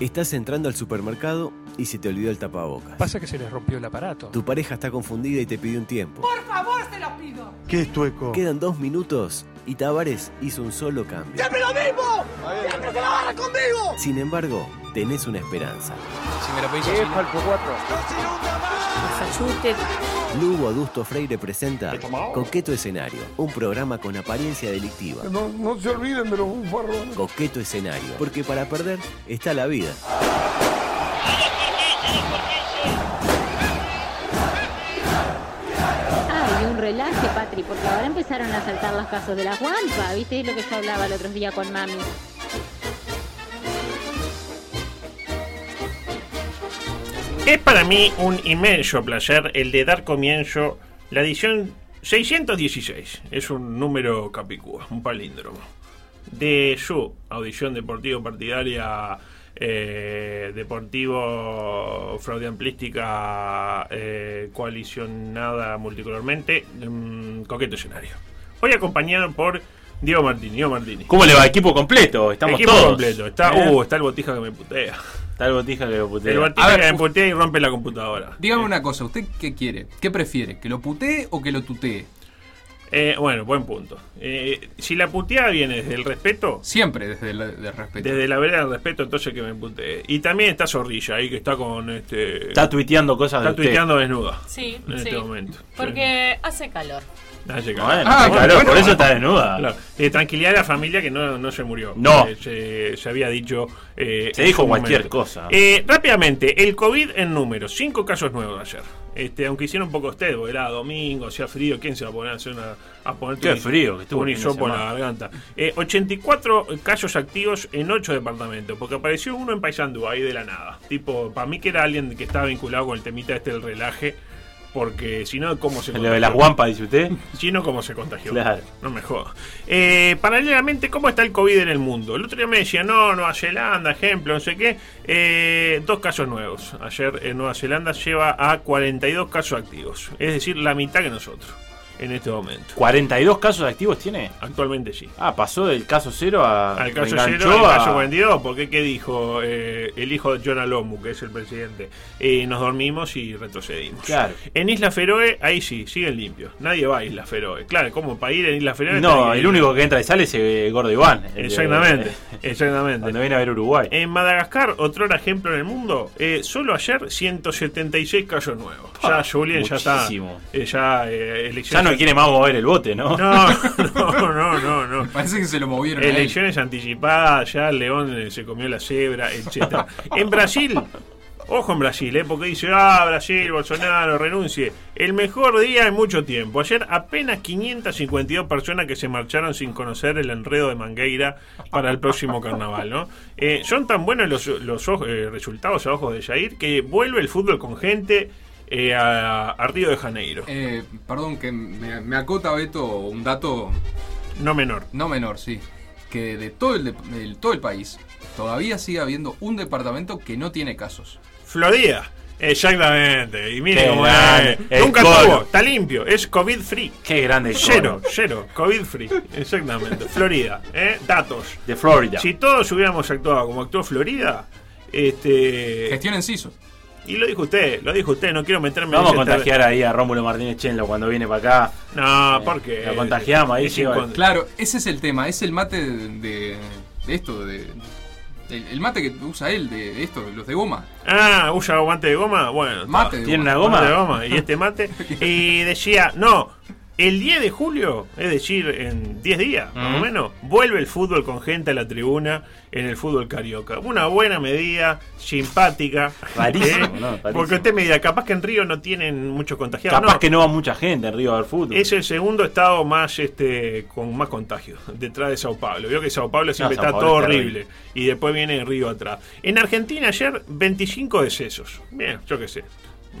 Estás entrando al supermercado y se te olvidó el tapabocas. Pasa que se les rompió el aparato. Tu pareja está confundida y te pidió un tiempo. Por favor, se lo pido. ¿Qué es tueco? Quedan dos minutos y Tavares hizo un solo cambio. ¡Siempre lo mismo! ¡Siempre se la barra conmigo! Sin embargo, tenés una esperanza. Si me lo pedís así, no. Masachute. Lugo Adusto Freire presenta Coqueto Escenario, un programa con apariencia delictiva. No, no se olviden de los bufarrones. Coqueto Escenario, porque para perder está la vida. Ay, un relaje, Patri, porque ahora empezaron a saltar los casos de la guampa. ¿Viste Es lo que yo hablaba el otro día con mami? Es para mí un inmenso placer el de dar comienzo la edición 616. Es un número capicúa, un palíndromo. De su audición deportivo partidaria, eh, deportivo fraudeamplística, eh, coalicionada multicolormente, mm, coqueto escenario. Hoy acompañado por Diego Martini. Diego Martini. ¿Cómo le va? Equipo completo, estamos Equipo todos. completo. Está, ¿Eh? uh, está el botija que me putea. Está el botija que lo putea. Ah, El botija A ver, que me us- putea y rompe la computadora. Dígame una cosa, ¿usted qué quiere? ¿Qué prefiere? ¿Que lo putee o que lo tutee? Eh, bueno, buen punto. Eh, si la puteada viene desde el respeto, Siempre desde el del respeto. desde la vereda del respeto, entonces que me putee. Y también está Zorrilla ahí que está con este. Está tuiteando cosas está de usted. tuiteando desnuda. Sí, En sí. este momento. Porque hace calor. Ah, llega. Bueno, Ah, claro, bueno. por eso está desnuda. Claro. Eh, tranquilidad a la familia que no, no se murió. No. Eh, se, se había dicho. eh, Se en dijo su cualquier cosa. Eh, rápidamente, el COVID en números. Cinco casos nuevos ayer. Este, aunque hicieron un poco usted, era domingo, hacía frío. ¿Quién se va a poner a, hacer una, a poner Qué frío que estuvo un el fin de hisopo en la semana. garganta? Eh, 84 casos activos en 8 departamentos. Porque apareció uno en Paysandú, ahí de la nada. Tipo, para mí que era alguien que estaba vinculado con el temita este del relaje. Porque si no, ¿cómo se Lo de contagió? las guampas, dice usted. Chino como se contagió. Claro. No me jodas. Eh, paralelamente, ¿cómo está el COVID en el mundo? El otro día me decía, no, Nueva Zelanda, ejemplo, no sé qué. Eh, dos casos nuevos. Ayer en Nueva Zelanda lleva a 42 casos activos. Es decir, la mitad que nosotros en este momento. 42 casos activos tiene. Actualmente sí. Ah, pasó del caso cero a. Al caso enganchó cero, al a- caso 42, porque ¿qué dijo eh, el hijo de Jonah Lomu, que es el presidente? Eh, nos dormimos y retrocedimos. Claro. En Isla Feroe, ahí sí, siguen limpios. Nadie va a Isla Feroe. Claro, como para ir en Isla Feroe? tenés No, que el ir- único que entra y sale es eh, Gordo Iván. el de- Exactamente, Eh, Cuando exactamente. viene a ver Uruguay. En Madagascar, otro ejemplo en el mundo, eh, solo ayer 176 casos nuevos. Pa, ya Julian ya está. muchísimo. eh, ya eh, ya elecciones. no quiere más mover el bote, ¿no? No, no, no, no. no. Me Parece que se lo movieron a él. Elecciones anticipadas, ya León eh, se comió la cebra, etcétera. En Brasil, ojo en Brasil, eh, porque dice, ah, Brasil, Bolsonaro, renuncie. El mejor día en mucho tiempo. Ayer apenas 552 personas que se marcharon sin conocer el enredo de Mangueira para el próximo carnaval, ¿no? Eh, son tan buenos los, los oj- eh, resultados a ojos de Jair que vuelve el fútbol con gente eh, a, a Río de Janeiro. Eh, perdón, que me, me acota Beto un dato No menor. no menor, sí. Que de todo el, dep- del todo el país todavía sigue habiendo un departamento que no tiene casos. Florida. Exactamente. Y mire Qué cómo grande. es. El Nunca coro. tuvo. Está limpio. Es COVID free. Qué grande el Cero, coro. cero. COVID free. Exactamente. Florida. ¿eh? Datos. De Florida. Si todos hubiéramos actuado como actuó Florida, Eh. este. Gestión enciso. Y lo dijo usted, lo dijo usted. No quiero meterme Vamos a en ese contagiar ahí a Rómulo Martínez Chenlo cuando viene para acá. ter- No, porque. Lo contagiamos, ahí es lleva- incon- Claro, ese es el tema, es el mate de, de- de esto, de... El, el mate que usa él, de, de esto, los de goma. Ah, usa guante de goma. Bueno, está. Mate de ¿Tiene goma. una goma? Mate de goma, y este mate. Y decía, no, el 10 de julio, es decir, en 10 días más o Mm. menos, vuelve el fútbol con gente a la tribuna en el fútbol carioca. Una buena medida, simpática. Rarísimo, ¿eh? ¿no? Rarísimo. Porque usted me dirá, capaz que en Río no tienen muchos contagiados. Capaz No, que no va mucha gente en Río a ver fútbol. Es el segundo estado más este con más contagios, detrás de Sao Paulo. Vio que Sao Paulo siempre Sao está Paulo todo es terrible. horrible. Y después viene Río atrás. En Argentina ayer, 25 decesos. Bien, yo qué sé.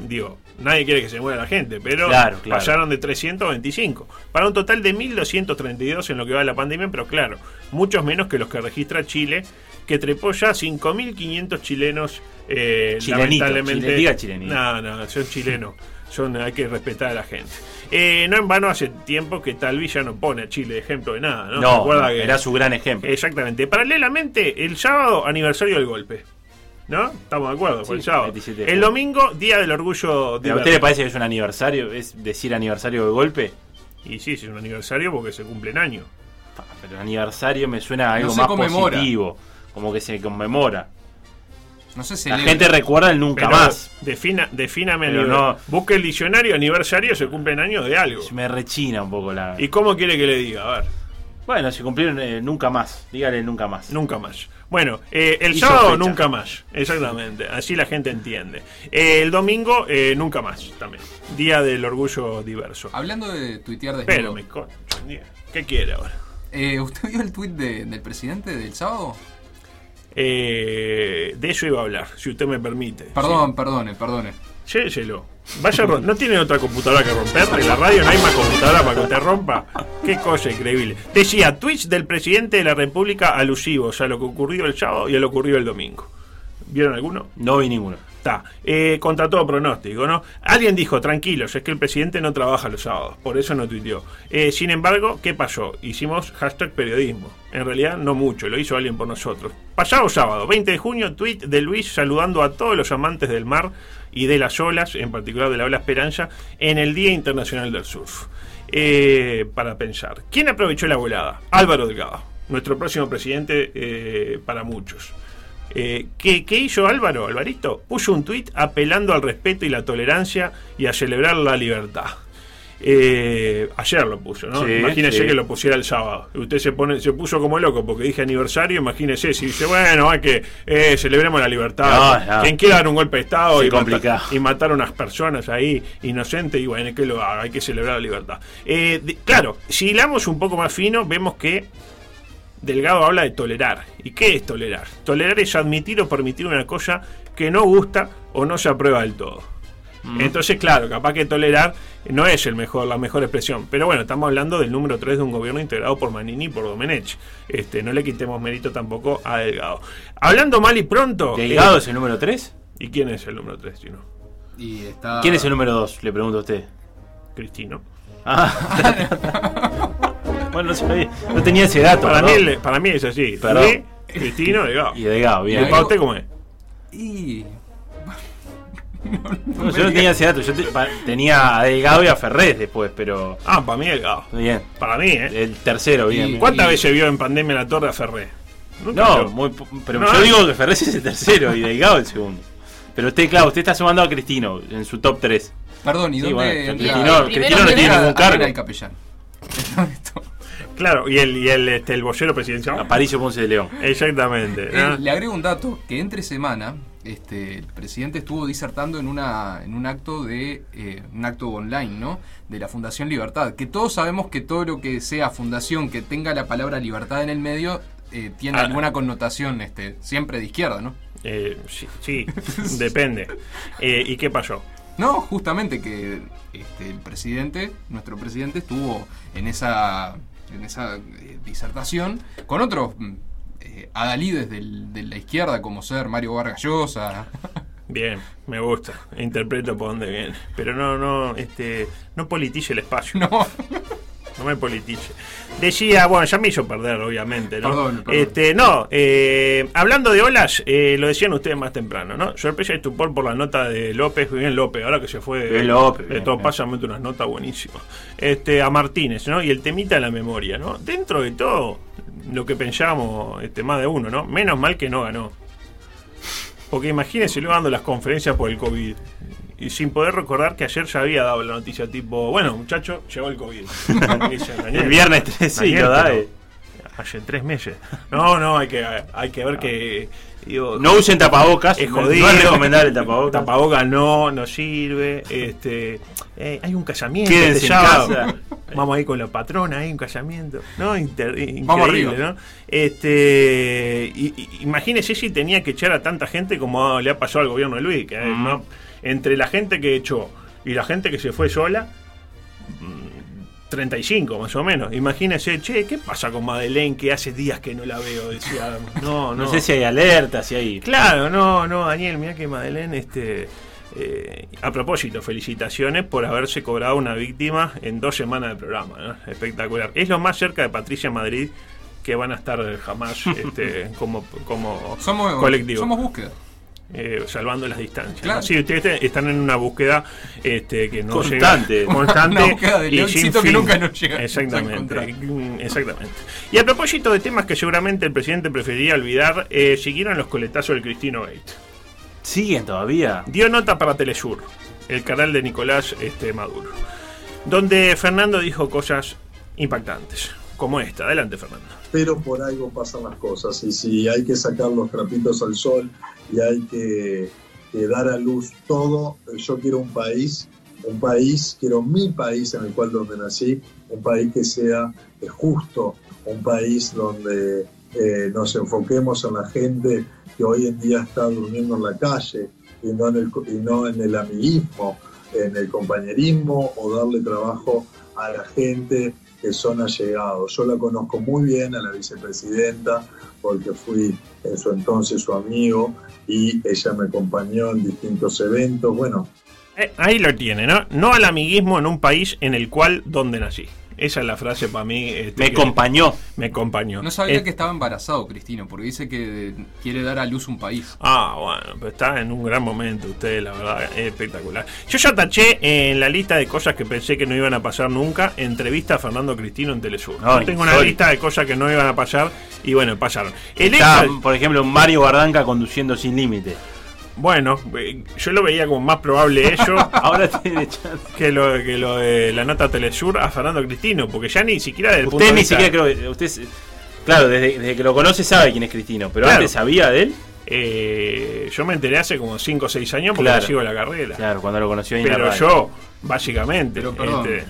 Digo, nadie quiere que se muera la gente, pero Claro, claro. pasaron de 325. Para un total de 1.232 en lo que va de la pandemia, pero claro, muchos menos que los que registra Chile, que trepó ya 5.500 chilenos, eh, Chilenito, lamentablemente. chile- diga chilenito. Nah, no, no, son chilenos. Son, hay que respetar a la gente. Eh, no en vano hace tiempo que Talvi ya no pone a Chile de ejemplo de nada, ¿no? No, Recuerda que- era su gran ejemplo. Exactamente. Paralelamente, el sábado, aniversario del golpe. ¿No? Estamos de acuerdo, por el Sí, sábado. 27 de El julio. domingo, día del orgullo de ¿Pero a usted le parece que es un aniversario? ¿Es decir aniversario de golpe? Y sí, sí, es un aniversario porque se cumplen años. Pa, Pero aniversario me suena a algo se más conmemora. positivo. Como que se conmemora. No sé si La gente recuerda el nunca Pero más. Defina, defíname Pero el no. Busque el diccionario, aniversario, se cumplen años de algo. Me rechina un poco la. ¿Y cómo quiere que le diga? A ver, Bueno, se cumplieron eh, nunca más. Dígale nunca más. nunca más. Bueno, eh, el Y sábado sospecha. nunca más. Exactamente, así la gente entiende. Eh, el domingo eh, nunca más también. Día del orgullo diverso. Hablando de tuitear Pero desnudo, me co- ¿Qué quiere ahora? eh, ¿usted vio el tuit de- del presidente del sábado? Eh, de eso iba a hablar, si usted me permite. Perdón, perdone, perdone. Lléveselo. Vaya, ro- ¿no tiene otra computadora que romper? ¿En la radio no hay más computadora para que te rompa? Qué cosa increíble. Decía, Twitch del presidente de la República alusivos a lo que ocurrió el sábado y a lo ocurrido el domingo. ¿Vieron alguno? No vi ninguno. Está. Eh, contra todo pronóstico, ¿no? Alguien dijo, tranquilos, es que el presidente no trabaja los sábados, por eso no tuiteó. Eh, sin embargo, ¿qué pasó? Hicimos hashtag periodismo. En realidad, no mucho, lo hizo alguien por nosotros. Pasado sábado, 20 de junio, tweet de Luis saludando a todos los amantes del mar y de las olas, en particular de la ola Esperanza, en el Día Internacional del Surf. Eh, para pensar, ¿quién aprovechó la volada? Álvaro Delgado, nuestro próximo presidente eh, para muchos. Eh, ¿qué, qué hizo Álvaro? Alvarito puso un tuit apelando al respeto y la tolerancia y a celebrar la libertad. Eh, ayer lo puso, ¿no? Sí, imagínese sí. que lo pusiera el sábado. Usted se pone, se puso como loco porque dije aniversario, imagínese, si dice, bueno, hay que eh, celebremos la libertad. No, no. Quien quiera dar un golpe de Estado Sí, y, mata- complicado. y matar a unas personas ahí inocentes, y bueno, que lo haga, hay que celebrar la libertad. Eh, de- claro, si hilamos un poco más fino, vemos que Delgado habla de tolerar. ¿Y qué es tolerar? Tolerar es admitir o permitir una cosa que no gusta o no se aprueba del todo. Mm. Entonces, claro, capaz que tolerar no es el mejor, la mejor expresión. Pero bueno, estamos hablando del número 3 de un gobierno integrado por Manini y por Domenech. Este, no le quitemos mérito tampoco a Delgado. Hablando mal y pronto. ¿Delgado eh, es el número 3? ¿Y quién es el número 3, Chino? Y está. ¿Quién es el número 2? Le pregunto a usted. Ah. Cristino. Bueno, no sabía. No tenía ese dato. Para mí, perdón. el- para mí es así. Perdón. Luis, Cristino, Delgado. Y Delgado, ¿Y bien. Delgado. para usted cómo es? Y. No, yo no tenía ese dato. Yo te- pa- tenía a Delgado y a Ferrés después, pero. Ah, para mí Delgado. Bien. Para mí, ¿eh? El tercero, bien. Y- bien. ¿Cuántas Y- veces vio en pandemia la torre a Ferré? Nunca No, vio. muy po- pero No, yo no. digo que Ferrés es el tercero y Delgado el segundo. Pero usted, claro, usted está sumando a Cristino en su top 3. Perdón, ¿y Sí, dónde.? bueno, entra- Cristino, Cristino no ¿dónde tiene entra ningún cargo. Adela y Capellán. Esto- Claro, y el, y el, este, el vocero presidencial. Aparicio Ponce de León. Exactamente. Eh, ¿no? le agrego un dato, que entre semana este, el presidente estuvo disertando en, una, en un acto de eh, un acto online, ¿no? De la Fundación Libertad, que todos sabemos que todo lo que sea fundación que tenga la palabra libertad en el medio eh, tiene Ah. alguna connotación este, siempre de izquierda, ¿no? Eh, sí, sí, depende. Eh, ¿Y qué pasó? No, justamente que este, el presidente, nuestro presidente, estuvo en esa, en esa eh, disertación con otros mm, eh, adalides del- de la izquierda, como ser Mario Vargas Llosa. Bien, me gusta. Interpreto por dónde viene. Pero no, no, este, no politice el espacio. no. No me politice. Decía, bueno, ya me hizo perder, obviamente, ¿no? Perdón, perdón. Este, no, eh, hablando de olas, eh, lo decían ustedes más temprano, ¿no? Sorpresa y estupor por la nota de López, bien López, ahora que se fue. Bien, López, De bien, todo bien. pasa, mete unas notas buenísimas. Este, a Martínez, ¿no? Y el temita de la memoria, ¿no? Dentro de todo, lo que pensábamos, este, más de uno, ¿no? Menos mal que no ganó. Porque imagínense luego dando las conferencias por el COVID. Y sin poder recordar que ayer ya había dado la noticia tipo, bueno muchachos, llegó el COVID. Y dice, El viernes 13 y Ayer, lo da. pero- eh. Hace tres meses. No, no, hay que, hay que ver que. digo, No usen tapabocas. es no- jodido. No es recomendable el tapabocas. Tapabocas no, no sirve. Este, eh, hay un casamiento. Quédense este en sábado. casa. Vamos ahí con la patrona, hay un casamiento. No, Inter- Vamos increíble, arriba. ¿no? Este, y- y- imagínese si tenía que echar a tanta gente como le ha pasado al gobierno de Luis. Que, eh, Mm. no- entre la gente que echó y la gente que se fue sola. 35 más o menos. Imagínese, che, ¿qué pasa con Madeleine que hace días que no la veo? Decía, no, no. No sé si hay alerta, si hay. Claro, no, no, Daniel, mira que Madeleine, este. eh, a propósito, felicitaciones por haberse cobrado una víctima en dos semanas de programa. ¿no? Espectacular. Es lo más cerca de Patricia Madrid que van a estar jamás este, como, como Somos, colectivo. somos búsqueda. eh, salvando las distancias. Claro. ¿no? Sí, ustedes te- están en una búsqueda este, que no Constante. llega- constante Una búsqueda del y sin éxito que fin. nunca nos llega a Exactamente. encontrar. Mm, Exactamente. Y a propósito de temas que seguramente el presidente preferiría olvidar, eh, siguieron los coletazos del Cristino Gate. ¿Siguen todavía? Dio nota para Telesur, el canal de Nicolás este, Maduro, donde Fernando dijo cosas impactantes, como esta. Adelante, Fernando. pero por algo pasan las cosas. Y si hay que sacar los trapitos al sol y hay que, que dar a luz todo, eh, yo quiero un país, un país, quiero mi país en el cual donde nací, un país que sea eh, justo, un país donde eh, nos enfoquemos en la gente que hoy en día está durmiendo en la calle y no en el, co- y no en el amiguismo, en el compañerismo o darle trabajo a la gente que son allegados. Yo la conozco muy bien a la vicepresidenta porque fui en su entonces su amigo y ella me acompañó en distintos eventos. Bueno, Eh, ahí lo tiene, ¿no? No al amiguismo en un país en el cual donde nací. Esa es la frase para mí. este, Me que acompañó. me acompañó. No sabía Eh, que estaba embarazado, Cristino, porque dice que eh, quiere dar a luz un país. Ah, bueno, pero está en un gran momento usted, la verdad, es espectacular. Yo ya taché en la lista de cosas que pensé que no iban a pasar nunca, entrevista a Fernando Cristino en Telesur. Ay, Yo tengo una sorry. lista de cosas que no iban a pasar y bueno, pasaron. El Está, hecho- por ejemplo, Mario Bardanca conduciendo sin límite. bueno, eh, yo lo veía como más probable eso Ahora tiene chance. que lo, que lo de la nota Telesur a Fernando Cristino, porque ya ni siquiera del punto Usted de ni vista- siquiera creo que. Usted, se- claro, desde, desde que lo conoce sabe quién es Cristino, pero Claro. antes sabía de él. Eh, yo me enteré hace como 5 o 6 años porque Claro. no sigo la carrera. Claro, cuando lo conoció ahí en la Pero radio. yo, básicamente, Pero perdón, este,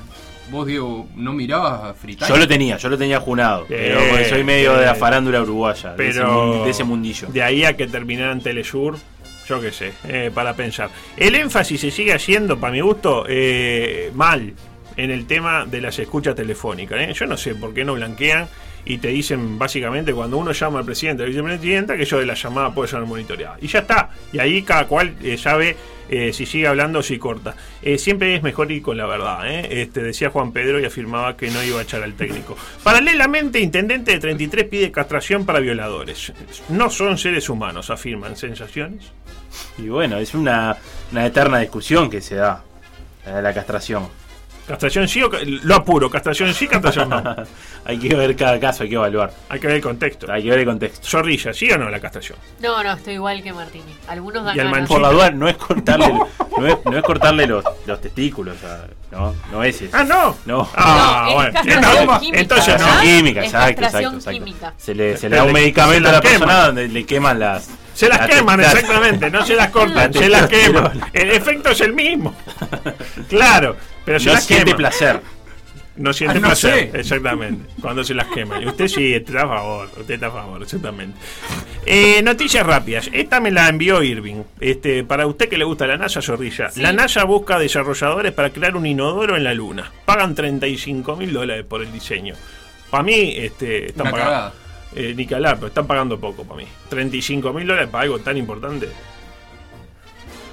vos, Diego, ¿no mirabas a Free Time? Yo lo tenía, yo lo tenía junado. pero Eh, porque soy medio eh. de la farándula uruguaya, de ese pero mundi- de, ese, mundillo. de ahí a que terminaran Telesur, yo qué sé, eh, para pensar. El énfasis se sigue haciendo, para mi gusto, eh, mal en el tema de las escuchas telefónicas. ¿eh? Yo no sé por qué no blanquean y te dicen básicamente cuando uno llama al presidente o vicepresidenta que eso de la llamada puede ser monitoreada. Y ya está. Y ahí cada cual eh, sabe eh, si sigue hablando o si corta. Eh, siempre es mejor ir con la verdad. ¿eh? Este, decía Juan Pedro y afirmaba que no iba a echar al técnico. Paralelamente, intendente de 33 pide castración para violadores. No son seres humanos, afirman. ¿Sensaciones? Y bueno, es una, una eterna discusión que se da, la de la castración. Castración sí o ca- lo apuro. Castración sí, castración no. hay que ver cada caso, hay que evaluar. Hay que ver el contexto. Hay que ver el contexto. Zorrilla, ¿sí o no la castración? No, no, estoy igual que Martini. Algunos dan Y al ganas. Por la duda, no es cortarle, no es, no es cortarle los, los testículos, o sea, no, no es eso. Ah, no. No. Ah, No, es bueno. castración Entonces- química, entonces no. ¿verdad? química, Es exacto, castración exacto, exacto. química. Se le, se Se le da un le- se medicamento la a la persona queman. donde le queman las. Se las la queman, testas. exactamente, no se las cortan, La se las testosterona. queman. El efecto es el mismo. Claro, pero se No las siente queman. placer. No siente Ah, no placer, sé. exactamente. Cuando se las queman. Y usted sí está a favor, usted está a favor, exactamente. Eh, noticias rápidas. Esta me la envió Irving. Este, para usted que le gusta la NASA, zorrilla. La NASA busca desarrolladores para crear un inodoro en la Luna. Pagan 35 mil dólares por el diseño. Para mí, este, están Una pagando. cagada. Eh, ni que hablar, pero están pagando poco para mí. 35 mil dólares para algo tan importante.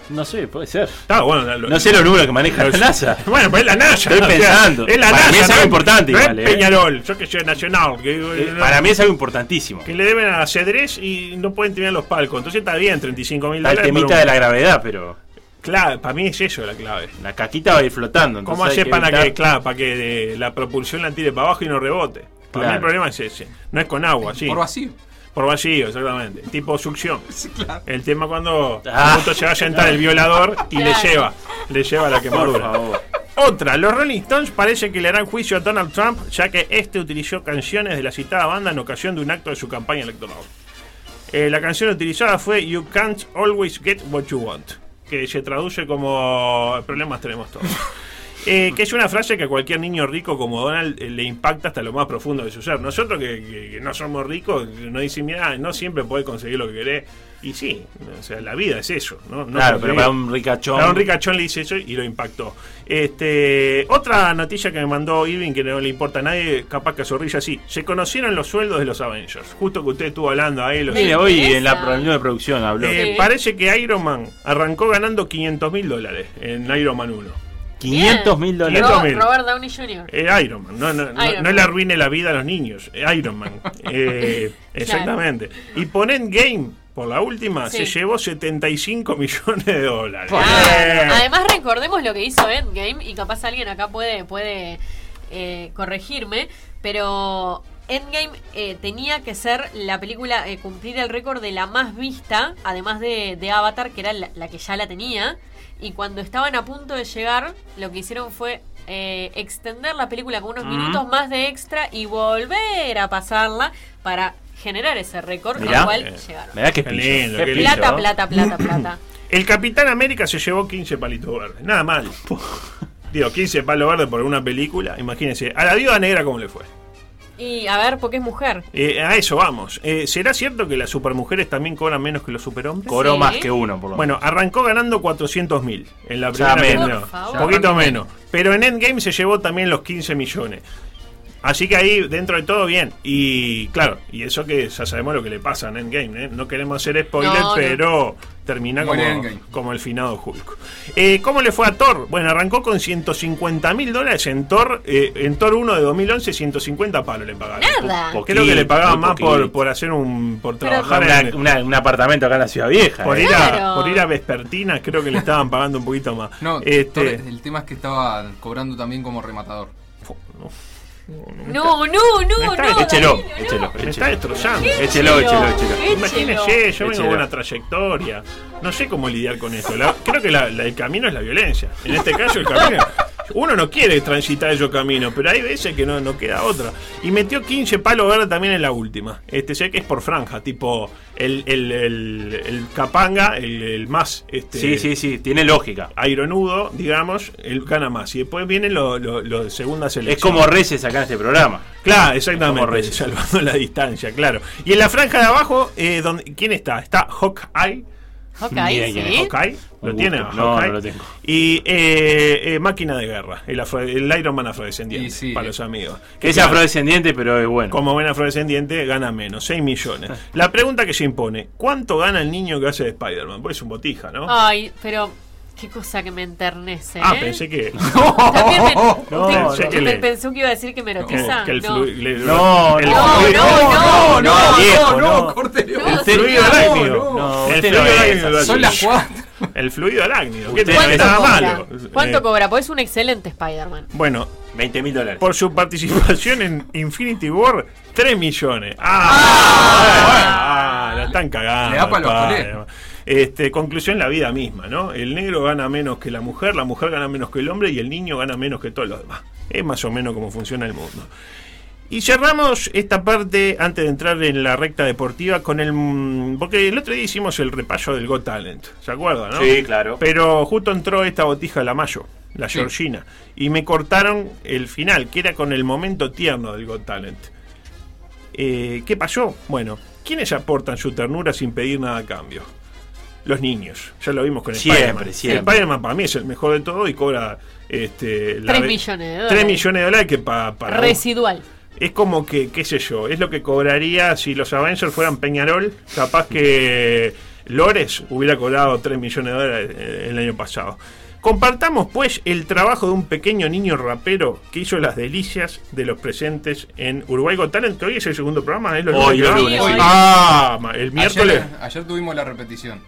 No sé, puede ser. Está bueno. la- No sé los números que maneja la los- NASA. Bueno, pues es la NASA. Estoy pensando. es la Para NASA. mí es algo no importante no es igual, eh. Peñarol, yo que soy nacional. Que, Eh, Para mí es algo importantísimo. que le deben a ajedrez y no pueden terminar los palcos. Entonces está bien, 35 mil Está el dólares. temita de la gravedad, pero Claro, para mí es eso la clave. la caquita va a ir flotando. ¿Cómo entonces hay haces para evitar- que, claro, para que eh, la propulsión la tire para abajo y no rebote? Para mí el Claro. problema es ese. No es con agua, sí. Por vacío. Por vacío, exactamente. Tipo succión. Sí, claro. El tema cuando Ah. justo se va a sentar el violador y le lleva, le lleva la Por quemadura. favor. Otra, los Rolling Stones parece que le harán juicio a Donald Trump, ya que este utilizó canciones de la citada banda en ocasión de un acto de su campaña electoral. Eh, la canción utilizada fue You Can't Always Get What You Want, que se traduce como Problemas tenemos todos. Eh, que es una frase que a cualquier niño rico como Donald eh, le impacta hasta lo más profundo de su ser. Nosotros que, que- que no somos ricos, nos dicen, mira, no siempre podés conseguir lo que querés. Y sí, o sea, la vida es eso. ¿no? No Claro, pero conseguir- para un ricachón. Aaron Ricachón le hice eso y lo impactó. Este, otra noticia que me mandó Irving que no le importa a nadie, capaz que a Zorrilla sí. Se conocieron los sueldos de los Avengers. Justo que usted estuvo hablando ahí. Eh, Los, Mire, hoy en la Esa. reunión de producción habló. Eh, Sí. Parece que Iron Man arrancó ganando 500 mil dólares en Iron Man 1. 500 mil dólares. Robert- 500.000. Robert Downey Jr. Eh, Iron Man, no, no, no- Iron no Man. le arruine la vida a los niños. Eh, Iron Man, Eh, exactamente. Y por Endgame, por la última, Sí. se llevó 75 millones de dólares. Ah, Eh, Además recordemos lo que hizo Endgame y capaz alguien acá puede, puede eh, corregirme, pero Endgame eh, tenía que ser la película, eh, cumplir el récord de la más vista, además de, de Avatar, que era la, la que ya la tenía, y cuando estaban a punto de llegar, lo que hicieron fue... eh, extender la película con unos Ujú. minutos más de extra y volver a pasarla para generar ese récord, Mirá. al cual Eh, llegaron. Mirá qué Qué pillo, lindo, qué qué pillo, Plata, ¿no? plata, plata, plata. El Capitán América se llevó 15 palitos verdes, nada mal. Digo, 15 palos verdes por una película. Imagínense, a la Viuda Negra, ¿cómo le fue? Y a ver, porque es mujer. Eh, a eso vamos. Eh, ¿Será cierto que las supermujeres también cobran menos que los superhombres? Cobró Sí. más que uno, por lo Bueno, arrancó ganando 400 mil en la Ya primera menos. reunión. Por favor. Un poquito menos. Pero en Endgame se llevó también los 15 millones. Así que ahí, dentro de todo, bien. Y claro, y eso que ya sabemos lo que le pasa en Endgame, ¿eh? No queremos hacer spoiler, No, no. pero termina como, Muere Endgame. como el finado Hulk. Eh, ¿Cómo le fue a Thor? Bueno, arrancó con 150 mil dólares en Thor, eh, en Thor 1 de 2011, 150 palos le pagaron. Nada. Po- Creo que le pagaban muy más por, poquito. por hacer un. por Pero- trabajar Una- en, una- un apartamento acá en la ciudad vieja. por eh. ir, a, Claro. por ir a Vespertina creo que le estaban pagando un poquito más. No, este, Torres, el tema es que estaba cobrando también como rematador. No, no, no, está no. bien. Échelo, Danilo, no. échelo, me está échelo. destrozando. Échelo, échelo, échelo. Échelo. Imagínese, yo vengo Échelo. de una trayectoria. No sé cómo lidiar con esto. La- creo que la- la- el camino es la violencia. En este caso, el camino. Uno no quiere transitar esos caminos, pero hay veces que no, no queda otra. Y metió 15 palos verdes también en la última. Este sé que es por franja, tipo el, el, el, el capanga, el, el más. Este, Sí, sí, sí, tiene lógica. aironudo, digamos, él gana más. Y después vienen los lo, lo de segunda selección. Es como Reyes acá en este programa. Claro, es como exactamente. Reyes. salvando la distancia, claro. Y en la franja de abajo, eh, donde, ¿quién está? Está Hawkeye. Ok, Bien, bien, sí. Hawkeye. ¿Lo Un tiene? gusto. No, Hawkeye? no lo tengo. Y eh, eh, Máquina de Guerra, el, afro- el Iron Man afrodescendiente, Y sí. para los amigos. Que es claro, afrodescendiente, pero es bueno. Como buen afrodescendiente, gana menos, 6 Ah. millones. La pregunta que se impone, ¿cuánto gana el niño que hace de Spider-Man? Pues es un botija, ¿no? Ay, pero qué cosa que me enternece. ah, Ah, ¿eh? pensé que... También me- No, te- pensé que te- le- pensó que iba a decir que me erotiza. que- que el No. flu- le- No, el no, fluido- no, no, no, viejo, no. córtelo. No, El fluido arácnido. no. No, El usted fluido no es arácnido así. lo hace. Son las cuatro. El fluido arácnido. ¿Qué Usted te no es parece ¿Cuánto nada cobra? malo? ¿Cuánto Eh, cobra? Porque es un excelente Spider-Man. Bueno, 20 mil dólares. por su participación en Infinity War, 3 millones. ¡Ah! Ah, la están cagando. Le da pa' los padre. colés. Este, conclusión la vida misma, ¿no? El negro gana menos que la mujer, la mujer gana menos que el hombre y el niño gana menos que todos los demás. Es más o menos como funciona el mundo. Y cerramos esta parte antes de entrar en la recta deportiva con el mm, porque el otro día hicimos el repaso del Got Talent, ¿se acuerdan, no? Sí, claro. Pero justo entró esta botija la Mayo, la Sí. Georgina, y me cortaron el final, que era con el momento tierno del Got Talent. Eh, ¿Qué pasó? Bueno, ¿quiénes aportan su ternura sin pedir nada a cambio? Los niños, ya lo vimos con Siempre, Spider-Man. siempre. Spider-Man para mí es el mejor de todo y cobra este, la Tres ve- millones de Tres dólares. millones de dólares que pa- para un- Residual. es como que, qué sé yo, es lo que cobraría si los Avengers fueran Peñarol. Capaz que Lores hubiera cobrado 3 millones de dólares eh, el año pasado. Compartamos pues el trabajo de un pequeño niño rapero que hizo las delicias de los presentes en Uruguay Got Talent, que hoy es el segundo programa, ¿es lo Hoy, lunes que el va? lunes, sí. Ah, ma- el miércoles. Ayer, ayer tuvimos la repetición.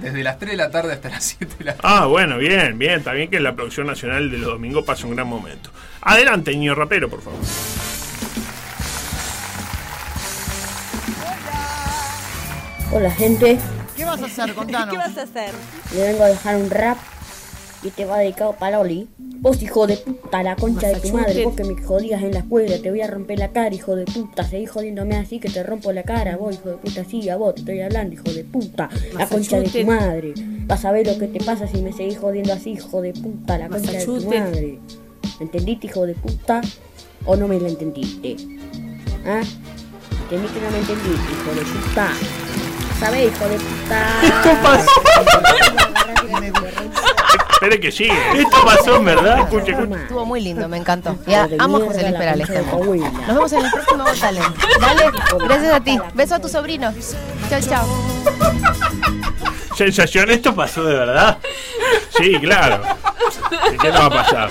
Desde las 3 de la tarde hasta las 7 de la tarde. Ah, bueno, bien, bien, está bien que la producción nacional de los domingos pasa un gran momento. Adelante, niño rapero, por favor. Hola gente, ¿Qué vas a hacer? Ah, Contanos. le vengo a dejar un rap y te va dedicado para Oli. Vos hijo de puta, la concha de tu madre, vos que me jodías en la escuela, te voy a romper la cara, hijo de puta, seguí jodiéndome así que te rompo la cara, vos hijo de puta, sí, a vos te estoy hablando, hijo de puta, la concha de tu madre. Vas a ver lo que te pasa si me seguís jodiendo así, hijo de puta, la concha de tu madre. ¿Entendiste, hijo de puta? ¿O no me la entendiste? ¿Ah? ¿Entendí que no me entendiste, hijo de puta? ¿Sabés, hijo de puta? Espere que sigue. Esto pasó en verdad. Escuche, escuche. Estuvo muy lindo, me encantó. Ya, amo a José Luis Perales. Nos vemos en el próximo Talent. Dale, gracias a ti. Beso a tu sobrino. Chao, chao. Sensación, esto Esto pasó de verdad. Sí, claro. ¿Y ¿Qué no va a pasar?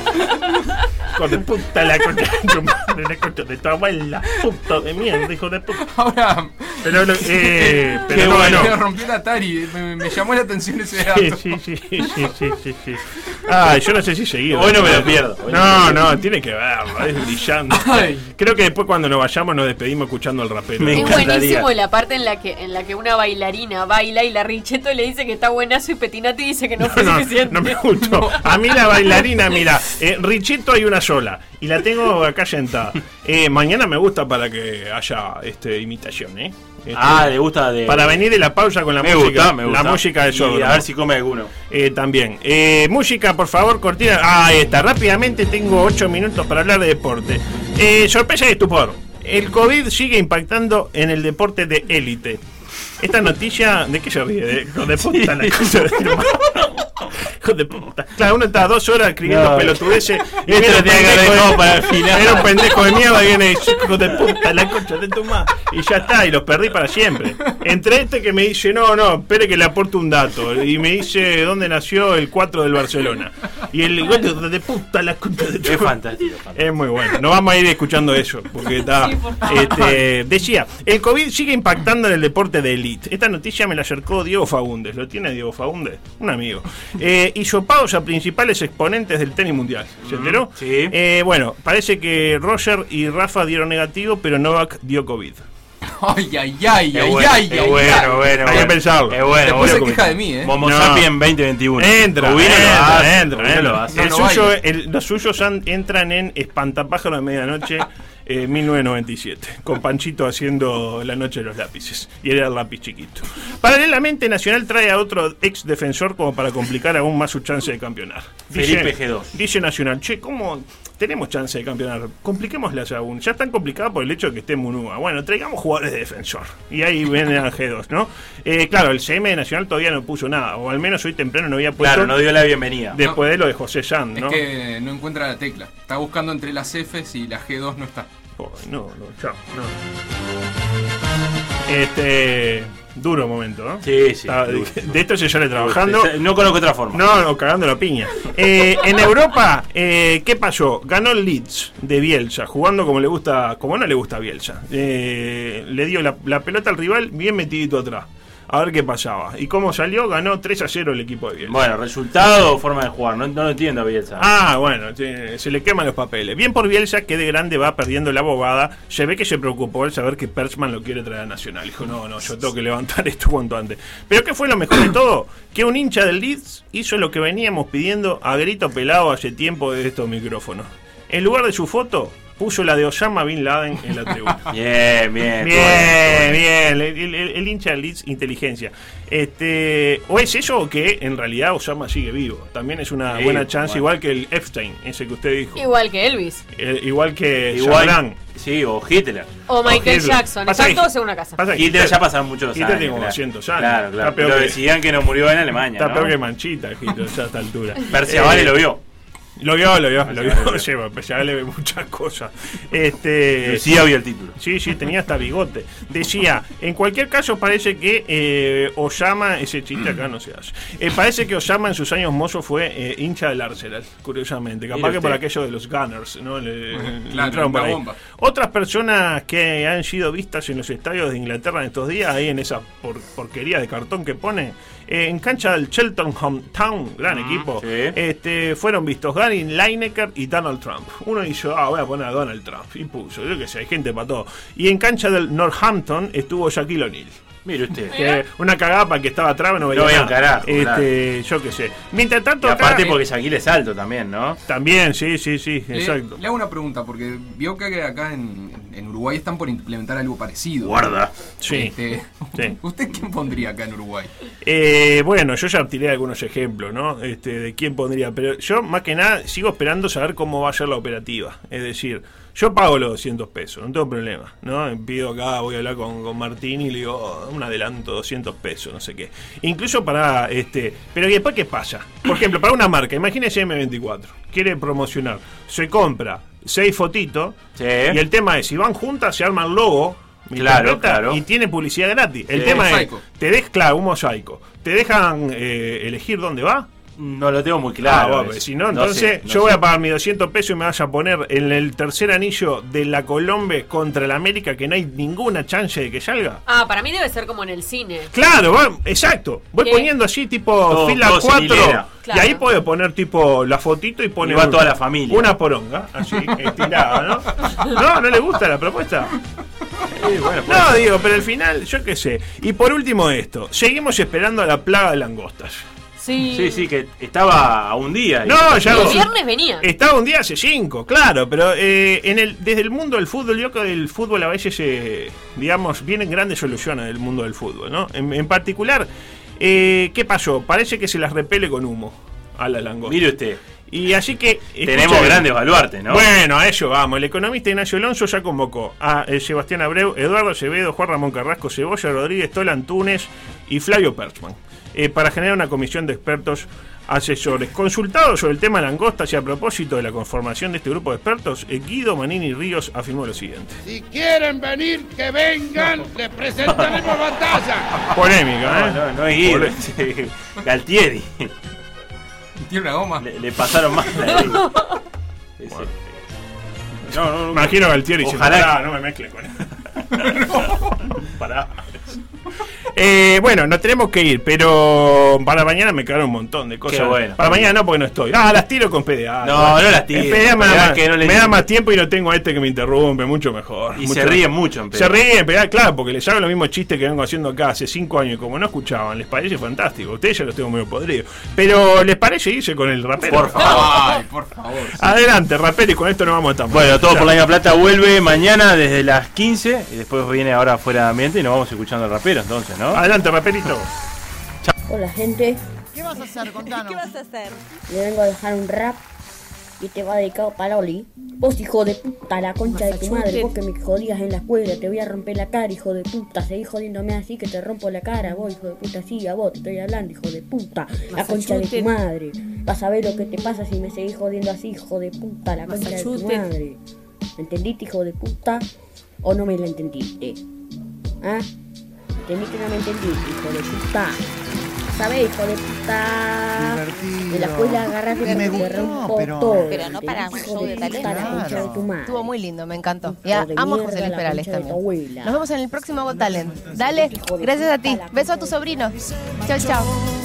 Con de puta la concha de tu madre, la concha de tu abuela, puto de mierda, hijo de puta. Ahora. Pero, lo- eh, pero Qué no bueno. ganó. Rompió el Atari. Me, me llamó la atención ese dato. Sí, sí, sí, sí, sí, sí, sí, sí. Ah, yo no sé si seguí. Hoy no me lo pierdo. Hoy No, no me lo no, pierdo. tiene que verlo, es brillante. Creo que después cuando nos vayamos nos despedimos escuchando el rapero. Me Es buenísimo la parte en la que en la que una bailarina baila y la Richeto le dice que está buenazo y Petinati dice que no, fue No, suficiente. no me gustó. A mí la bailarina, mira, eh, Richetto hay una sola y la tengo acá sentada. Eh, mañana me gusta para que haya este, imitación, ¿eh? Este, Ah, le gusta de. Para venir de la pausa con la me música. gusta, me gusta. La música de Y Sodro. a ver si come alguno. Eh, también. Eh, música, por favor, cortina. Ah, ahí está. Rápidamente tengo 8 minutos para hablar de deporte. Eh, sorpresa y estupor. El COVID sigue impactando en el deporte de élite. Esta noticia, ¿de qué se ríe? De, hijo de puta, la cosa de tu madre. Hijo de puta. Claro, uno está dos horas escribiendo No. pelotudeces. Y Esto viene lo un tiene que pendejo este. de- haber dejado para el final. Era un pendejo de mierda y viene, hijo de puta, la concha de tu madre. Y ya está, y los perdí para siempre. Entre este que me dice, no, no, espere que le aporte un dato. Y me dice dónde nació el 4 del Barcelona. Y el hijo de puta, la concha de tu madre. Es fantástico. Es muy bueno. Nos vamos a ir escuchando eso, porque está. Sí, por favor. este, decía, el COVID sigue impactando en el deporte de elite. Esta noticia me la acercó Diego Fagundes. ¿Lo tiene Diego Fagundes? Un amigo. Eh, hisopados a principales exponentes del tenis mundial. ¿Se enteró? sí. Eh, bueno, parece que Roger y Rafa dieron negativo, pero Novak dio COVID. Ay, ay, ay, Es ay, bueno, ay, es ay, ay. bueno, bueno. Hay que bueno. pensarlo. Es bueno, Después se bueno. queja de mí, eh. Momo No. Sapien 2021. Entra, Ubino lo entra, hace, entra, Ubino entra. lo hace. El No, no suyo- baile. el- los suyos an- entran en Espantapájaros de Medianoche eh, 1997, con Panchito haciendo La Noche de los Lápices. Y era el lápiz chiquito. Paralelamente, Nacional trae a otro ex defensor como para complicar aún más su chance de campeonar. Felipe G2. Dice Nacional, che, ¿cómo tenemos chance de campeonar? Compliquémoslas aún. Ya están complicadas por el hecho de que esté Munúa. Bueno, traigamos jugadores de defensor. Y ahí viene al G2, ¿no? Eh, claro, el CM de Nacional todavía no puso nada. O al menos hoy temprano no había puesto Claro, no dio la bienvenida. después de lo de José Sand, Es ¿no? que no encuentra la tecla. Está buscando entre las Fs y la G2 no está. Oh, no, no, chao, no. Este. Duro momento, ¿no? Sí, sí. Está- duro. de esto se sale trabajando. No conozco otra forma. No, no, cagando la piña. Eh, en Europa, eh, ¿qué pasó? Ganó el Leeds de Bielsa, jugando como le gusta, como no le gusta a Bielsa. Eh, le dio la, la pelota al rival bien metidito atrás. A ver qué pasaba. ¿Y cómo salió? Ganó 3 a 0 el equipo de Bielsa. Bueno, resultado o forma de jugar. No, no lo entiendo, Bielsa. Ah, bueno, sí, se le queman los papeles. Bien por Bielsa, que de grande va perdiendo la bobada. Se ve que se preocupó al saber que Perchman lo quiere traer a Nacional. Dijo, no, no, yo tengo que levantar esto cuanto antes. Pero ¿qué fue lo mejor de todo? Que un hincha del Leeds hizo lo que veníamos pidiendo a grito pelado hace tiempo de estos micrófonos. En lugar de su foto, puso la de Osama Bin Laden en la tribuna. Bien, bien. todo Bien, bien, bien, todo el, el- el hincha del Leeds, inteligencia. Este, o es eso o que en realidad Osama sigue vivo. También es una Sí, buena chance, bueno. igual que el Epstein, ese que usted dijo. Igual, Igual que Elvis. igual que Igual. Shamran. Sí, o Hitler. O Michael Hitler. Jackson. Pasa Están que- todos en una casa. Pasa que Hitler ya pasaron muchos Hitler años. tiene como claro. 200 años. Claro, Está claro. peor Pero que- decían que no murió en Alemania. Está ¿no? peor que Manchita, Hitler, ya a esta altura. Persia Eh, Vale lo vio. Lo vio, lo vio, lo Perciabale vio. vio. Lleva, Perciabale ve muchas cosas. Este, Lucía vio el título. Sí, sí, tenía hasta bigote. Decía, en cualquier caso parece que eh, Osama, ese chiste acá no se hace, Eh, parece que Osama en sus años mozos fue eh, hincha del Arsenal, curiosamente. Capaz Mire que por usted. aquello de los Gunners, ¿no? Le- le claro, entraron por una ahí. bomba. Otras personas que han sido vistas en los estadios de Inglaterra en estos días, ahí en esa por- porquería de cartón que pone, eh, en cancha del Cheltenham Town, gran equipo, Mm, sí. este, fueron vistos Gary Lineker y Donald Trump. Uno hizo, ah, voy a poner a Donald Trump, y puso, yo qué sé, hay gente para todo. Y en cancha del Northampton estuvo Shaquille O'Neal. Mire usted. Que una cagada para el que estaba atrás, no veía No veía un nada. carajo, Este, claro. Yo qué sé. Mientras Y tanto, acá- aparte porque Shaquille es alto también, ¿no? También, sí, sí, sí, Le, exacto. le hago una pregunta, porque vio que acá en, en Uruguay están por implementar algo parecido. Sí. Este, Sí. ¿Usted quién pondría acá en Uruguay? Eh, bueno, yo ya tiré algunos ejemplos, ¿no? Este, de quién pondría. Pero yo, más que nada, sigo esperando saber cómo va a ser la operativa. Es decir, yo pago los 200 pesos, no tengo problema, ¿no? Pido acá, voy a hablar con, con Martín y le digo, "Oh, un adelanto, 200 pesos, no sé qué. Incluso para, este... Pero ¿y después qué pasa? Por ejemplo, para una marca, imagínese M24, quiere promocionar, se compra seis fotitos Sí. y el tema es, si van juntas, se arma el logo. mi Claro, tarjeta, claro. Y tiene publicidad gratis. El Sí. tema es, Mosaico. te dejan, claro, un mosaico. Te dejan eh, elegir dónde va. No lo tengo muy claro. Ah, bueno, eso. si no, No entonces sé, no yo sé. voy a pagar mis 200 pesos y me vas a poner en el tercer anillo de la Colombe contra la América que no hay ninguna chance de que salga. Ah, para mí debe ser como en el cine. Claro, va- exacto. Voy ¿Qué? poniendo así tipo Todo- fila todos en 4 hilera. y Claro. ahí puedo poner tipo la fotito y poner Y va toda la familia. Una poronga, así, estirada, ¿no? No, no le gusta la propuesta. No, digo, pero al final, yo qué sé. Y por último esto, seguimos esperando a la plaga de langostas. Sí. Sí, sí, que estaba a un día. y- No, ya El lo- viernes venía. Eh. Estaba un día hace cinco, claro, pero eh, en el, desde el mundo del fútbol, yo creo que el fútbol a veces, eh, digamos, vienen grandes soluciones del mundo del fútbol, ¿no? En, en particular, eh, ¿qué pasó? Parece que se las repele con humo a la langosta. Mire usted, Y así que... tenemos escucha, grandes baluartes, ¿no? Bueno, a eso vamos. El economista Ignacio Alonso ya convocó a eh, Sebastián Abreu, Eduardo Acevedo, Juan Ramón Carrasco, Cebolla Rodríguez, Tolan Túnez y Flavio Perchman eh, para generar una comisión de expertos asesores. Consultados sobre el tema langostas y a propósito de la conformación de este grupo de expertos, eh, Guido Manini Ríos afirmó lo siguiente. Si quieren venir, que vengan, les presentaremos batalla. Polémica, No, ¿eh? no, no es Guido. sí, Galtieri. Tiene una goma. Le, le pasaron más la ley. Ese- No, no, no. Imagino a Galtieri diciendo, Ojalá. "Pará, no me mezcle con él. Pará. Eh, bueno, nos tenemos que ir, pero para mañana me quedaron un montón de cosas. Qué bueno. Para mañana no, porque no estoy. Ah, las tiro con PDA. No, no las tiro. En PDA me, PDA da, más- que no le me da digo. más tiempo y no tengo a este que me interrumpe, mucho mejor. Y Mucho se ríen mejor. mucho en Se PDA. ríen, pero ah, claro, porque les hago los mismos chistes que vengo haciendo acá hace cinco años. y Como no escuchaban, les parece fantástico. Ustedes ya los tengo medio podridos. Pero les parece irse con el rapero. Por favor. Ay, por favor. Ah, Adelante, rapero, y con esto nos vamos a estar. Bueno, todo por la misma plata vuelve mañana desde las 15 y después viene ahora fuera de ambiente y nos vamos escuchando al rapero entonces, ¿no? Adelante, raperito. Hola gente, ¿Qué vas a hacer? Contanos. ¿Qué vas a hacer? le vengo a dejar un rap y te va dedicado para Oli. Vos hijo de puta, la concha de tu madre, vos que me jodías en la escuela, te voy a romper la cara, hijo de puta, seguí jodiéndome así que te rompo la cara, vos hijo de puta, sí, a vos te estoy hablando, hijo de puta, la concha de Massachusetts. tu madre. Vas a ver lo que te pasa si me seguís jodiendo así, hijo de puta, la concha de tu Massachusetts. madre. ¿Entendiste, hijo de puta? ¿O no me la entendiste? ¿Ah? ¿Entendiste o no me entendiste, hijo de puta? ¿Sabés, hijo de puta? Ah, De la escuela agarraste Me porque gustó, te rompo pero- todo. Pero no para un Hijo show de talento. puta, la concha de tu madre. Estuvo muy lindo, me encantó. Hijo Y a- de amo a mierda, José la Luis Perales concha de tu también. abuela. Nos vemos en el próximo Got Talent. Dale, gracias a ti. Beso a tus sobrinos. Chao, chao.